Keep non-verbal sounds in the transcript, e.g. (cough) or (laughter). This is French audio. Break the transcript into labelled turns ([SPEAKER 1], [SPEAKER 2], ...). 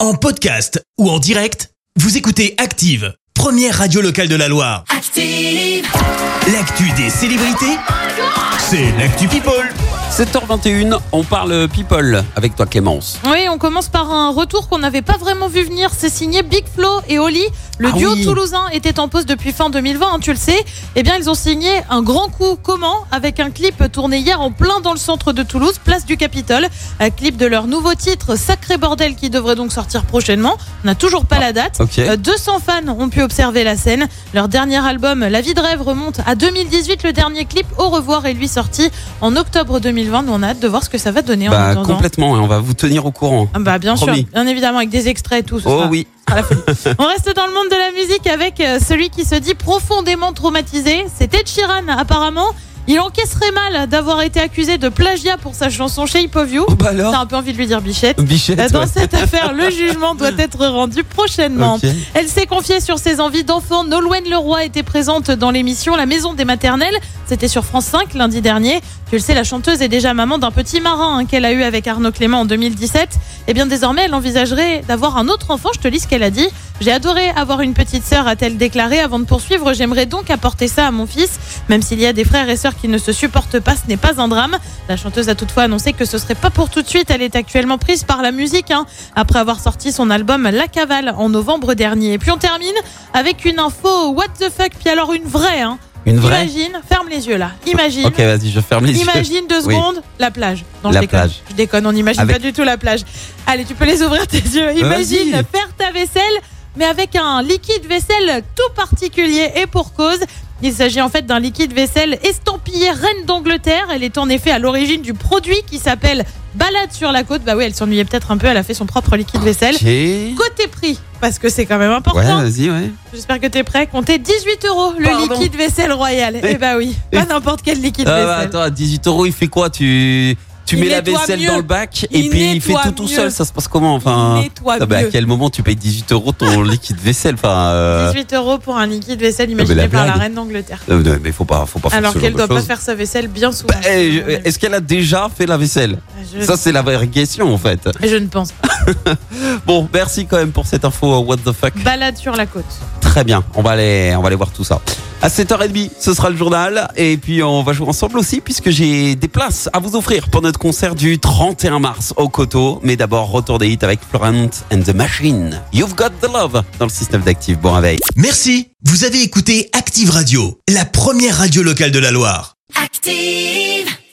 [SPEAKER 1] En podcast ou en direct, vous écoutez Active, première radio locale de la Loire.
[SPEAKER 2] Active,
[SPEAKER 1] L'actu des célébrités, c'est l'actu People.
[SPEAKER 3] 7h21, on parle people avec toi Clémence.
[SPEAKER 4] Oui, on commence par un retour qu'on n'avait pas vraiment vu venir. C'est signé Big Flo et Oli. Le
[SPEAKER 3] Ah
[SPEAKER 4] duo
[SPEAKER 3] oui.
[SPEAKER 4] toulousain était en pause depuis fin 2020, hein, tu le sais. Eh bien, ils ont signé un grand coup comment avec un clip tourné hier en plein dans le centre de Toulouse, place du Capitole. Un clip de leur nouveau titre Sacré Bordel qui devrait donc sortir prochainement. On n'a toujours pas
[SPEAKER 3] Ah.
[SPEAKER 4] la date.
[SPEAKER 3] Ok.
[SPEAKER 4] Euh, 200 fans ont pu observer la scène. Leur dernier album, La vie de rêve, remonte à 2018. Le dernier clip, Au revoir, est lui sorti en octobre 2020. Nous, on a hâte de voir ce que ça va donner en
[SPEAKER 3] Bah,
[SPEAKER 4] attendant.
[SPEAKER 3] complètement, et on va vous tenir au courant.
[SPEAKER 4] Ah bah bien
[SPEAKER 3] Promis.
[SPEAKER 4] sûr, bien évidemment avec des extraits et tout. ce
[SPEAKER 3] Oh
[SPEAKER 4] sera-
[SPEAKER 3] oui,
[SPEAKER 4] ce sera la folie. On reste dans le monde de la musique avec euh, celui qui se dit profondément traumatisé. C'était Chiran apparemment. Il encaisserait mal d'avoir été accusé de plagiat pour sa chanson Shape of You.
[SPEAKER 3] oh bah
[SPEAKER 4] T'as
[SPEAKER 3] alors,
[SPEAKER 4] un peu envie de lui dire Bichette.
[SPEAKER 3] Bichette. (laughs)
[SPEAKER 4] Dans
[SPEAKER 3] ouais.
[SPEAKER 4] cette affaire, le jugement doit être rendu prochainement.
[SPEAKER 3] Ok.
[SPEAKER 4] Mmh. Elle s'est confiée sur ses envies d'enfant. Nolwenn Leroy était présente dans l'émission La Maison des Maternelles. C'était sur France 5 lundi dernier. Tu le sais, la chanteuse est déjà maman d'un petit marin hein, qu'elle a eu avec Arnaud Clément en 2017. Et Eh bien désormais, elle envisagerait d'avoir un autre enfant. Je te lis ce qu'elle a dit. J'ai adoré avoir une petite sœur, a-t-elle déclaré. Avant de poursuivre, j'aimerais donc apporter ça à mon fils. Même s'il y a des frères et sœurs qui ne se supportent pas, ce n'est pas un drame. La chanteuse a toutefois annoncé que ce serait pas pour tout de suite. Elle est actuellement prise par la musique. hein après avoir sorti son album La Cavale en novembre dernier. Et puis on termine avec une info what the fuck, puis alors une vraie. Hein.
[SPEAKER 3] Une vraie
[SPEAKER 4] Imagine, ferme les yeux là, imagine.
[SPEAKER 3] Ok, vas-y, (laughs) je ferme les yeux.
[SPEAKER 4] Imagine deux
[SPEAKER 3] Oui.
[SPEAKER 4] secondes la plage. Non,
[SPEAKER 3] La
[SPEAKER 4] je déconne.
[SPEAKER 3] plage.
[SPEAKER 4] Je déconne, on n'imagine
[SPEAKER 3] Avec-
[SPEAKER 4] pas du tout la plage. Allez, tu peux les ouvrir tes yeux. Imagine
[SPEAKER 3] vas-y.
[SPEAKER 4] faire ta vaisselle, mais avec un liquide vaisselle tout particulier et pour cause. Il s'agit en fait d'un liquide vaisselle estampillé Reine d'Angleterre. Elle est en effet à l'origine du produit qui s'appelle Balade sur la côte. Bah oui, elle s'ennuyait peut-être un peu, elle a fait son propre liquide vaisselle.
[SPEAKER 3] Ok. Ouais,
[SPEAKER 4] Côté prix, parce que c'est quand même important.
[SPEAKER 3] vas-y, ouais.
[SPEAKER 4] J'espère que t'es prêt. Comptez 18 euros le
[SPEAKER 3] Pardon.
[SPEAKER 4] liquide vaisselle royal.
[SPEAKER 3] Eh.
[SPEAKER 4] Eh bah oui, pas n'importe quel liquide
[SPEAKER 3] Ah, bah,
[SPEAKER 4] vaisselle.
[SPEAKER 3] attends, à 18 euros, il fait quoi Tu, tu
[SPEAKER 4] Il
[SPEAKER 3] mets la
[SPEAKER 4] nettoie
[SPEAKER 3] vaisselle
[SPEAKER 4] mieux.
[SPEAKER 3] dans le bac et
[SPEAKER 4] Il
[SPEAKER 3] puis il fait
[SPEAKER 4] nettoie
[SPEAKER 3] tout tout
[SPEAKER 4] mieux.
[SPEAKER 3] seul, ça se passe comment Enfin,
[SPEAKER 4] Nettoie
[SPEAKER 3] ah, bah, à
[SPEAKER 4] mieux.
[SPEAKER 3] quel moment tu payes 18 euros
[SPEAKER 4] (laughs)
[SPEAKER 3] ton liquide vaisselle Enfin, euh, Ah,
[SPEAKER 4] 18 euros pour un liquide vaisselle
[SPEAKER 3] mais la
[SPEAKER 4] imaginé par la
[SPEAKER 3] blague.
[SPEAKER 4] reine d'Angleterre.
[SPEAKER 3] euh, non, mais faut pas, faut pas faire
[SPEAKER 4] Alors
[SPEAKER 3] ce
[SPEAKER 4] qu'elle
[SPEAKER 3] genre de
[SPEAKER 4] doit pas
[SPEAKER 3] choses.
[SPEAKER 4] faire sa vaisselle bien souvent.
[SPEAKER 3] Bah, eh, je- Est-ce qu'elle a déjà fait la vaisselle
[SPEAKER 4] je,
[SPEAKER 3] Ça, c'est la vraie question en fait.
[SPEAKER 4] je ne pense pas.
[SPEAKER 3] Bon, merci quand même pour cette info. euh, What the fuck
[SPEAKER 4] Balade sur la côte.
[SPEAKER 3] Très bien, on va aller, on va aller voir tout ça. À 7h30, ce sera le journal. Et puis, on va jouer ensemble aussi, puisque j'ai des places à vous offrir pour notre concert du 31 mars au Coteau. Mais d'abord, retour des hits avec Florent and the Machine. You've got the love dans le système d'actifs. Bon réveil.
[SPEAKER 1] Merci, vous avez écouté Active Radio, la première radio locale de la Loire.
[SPEAKER 2] active.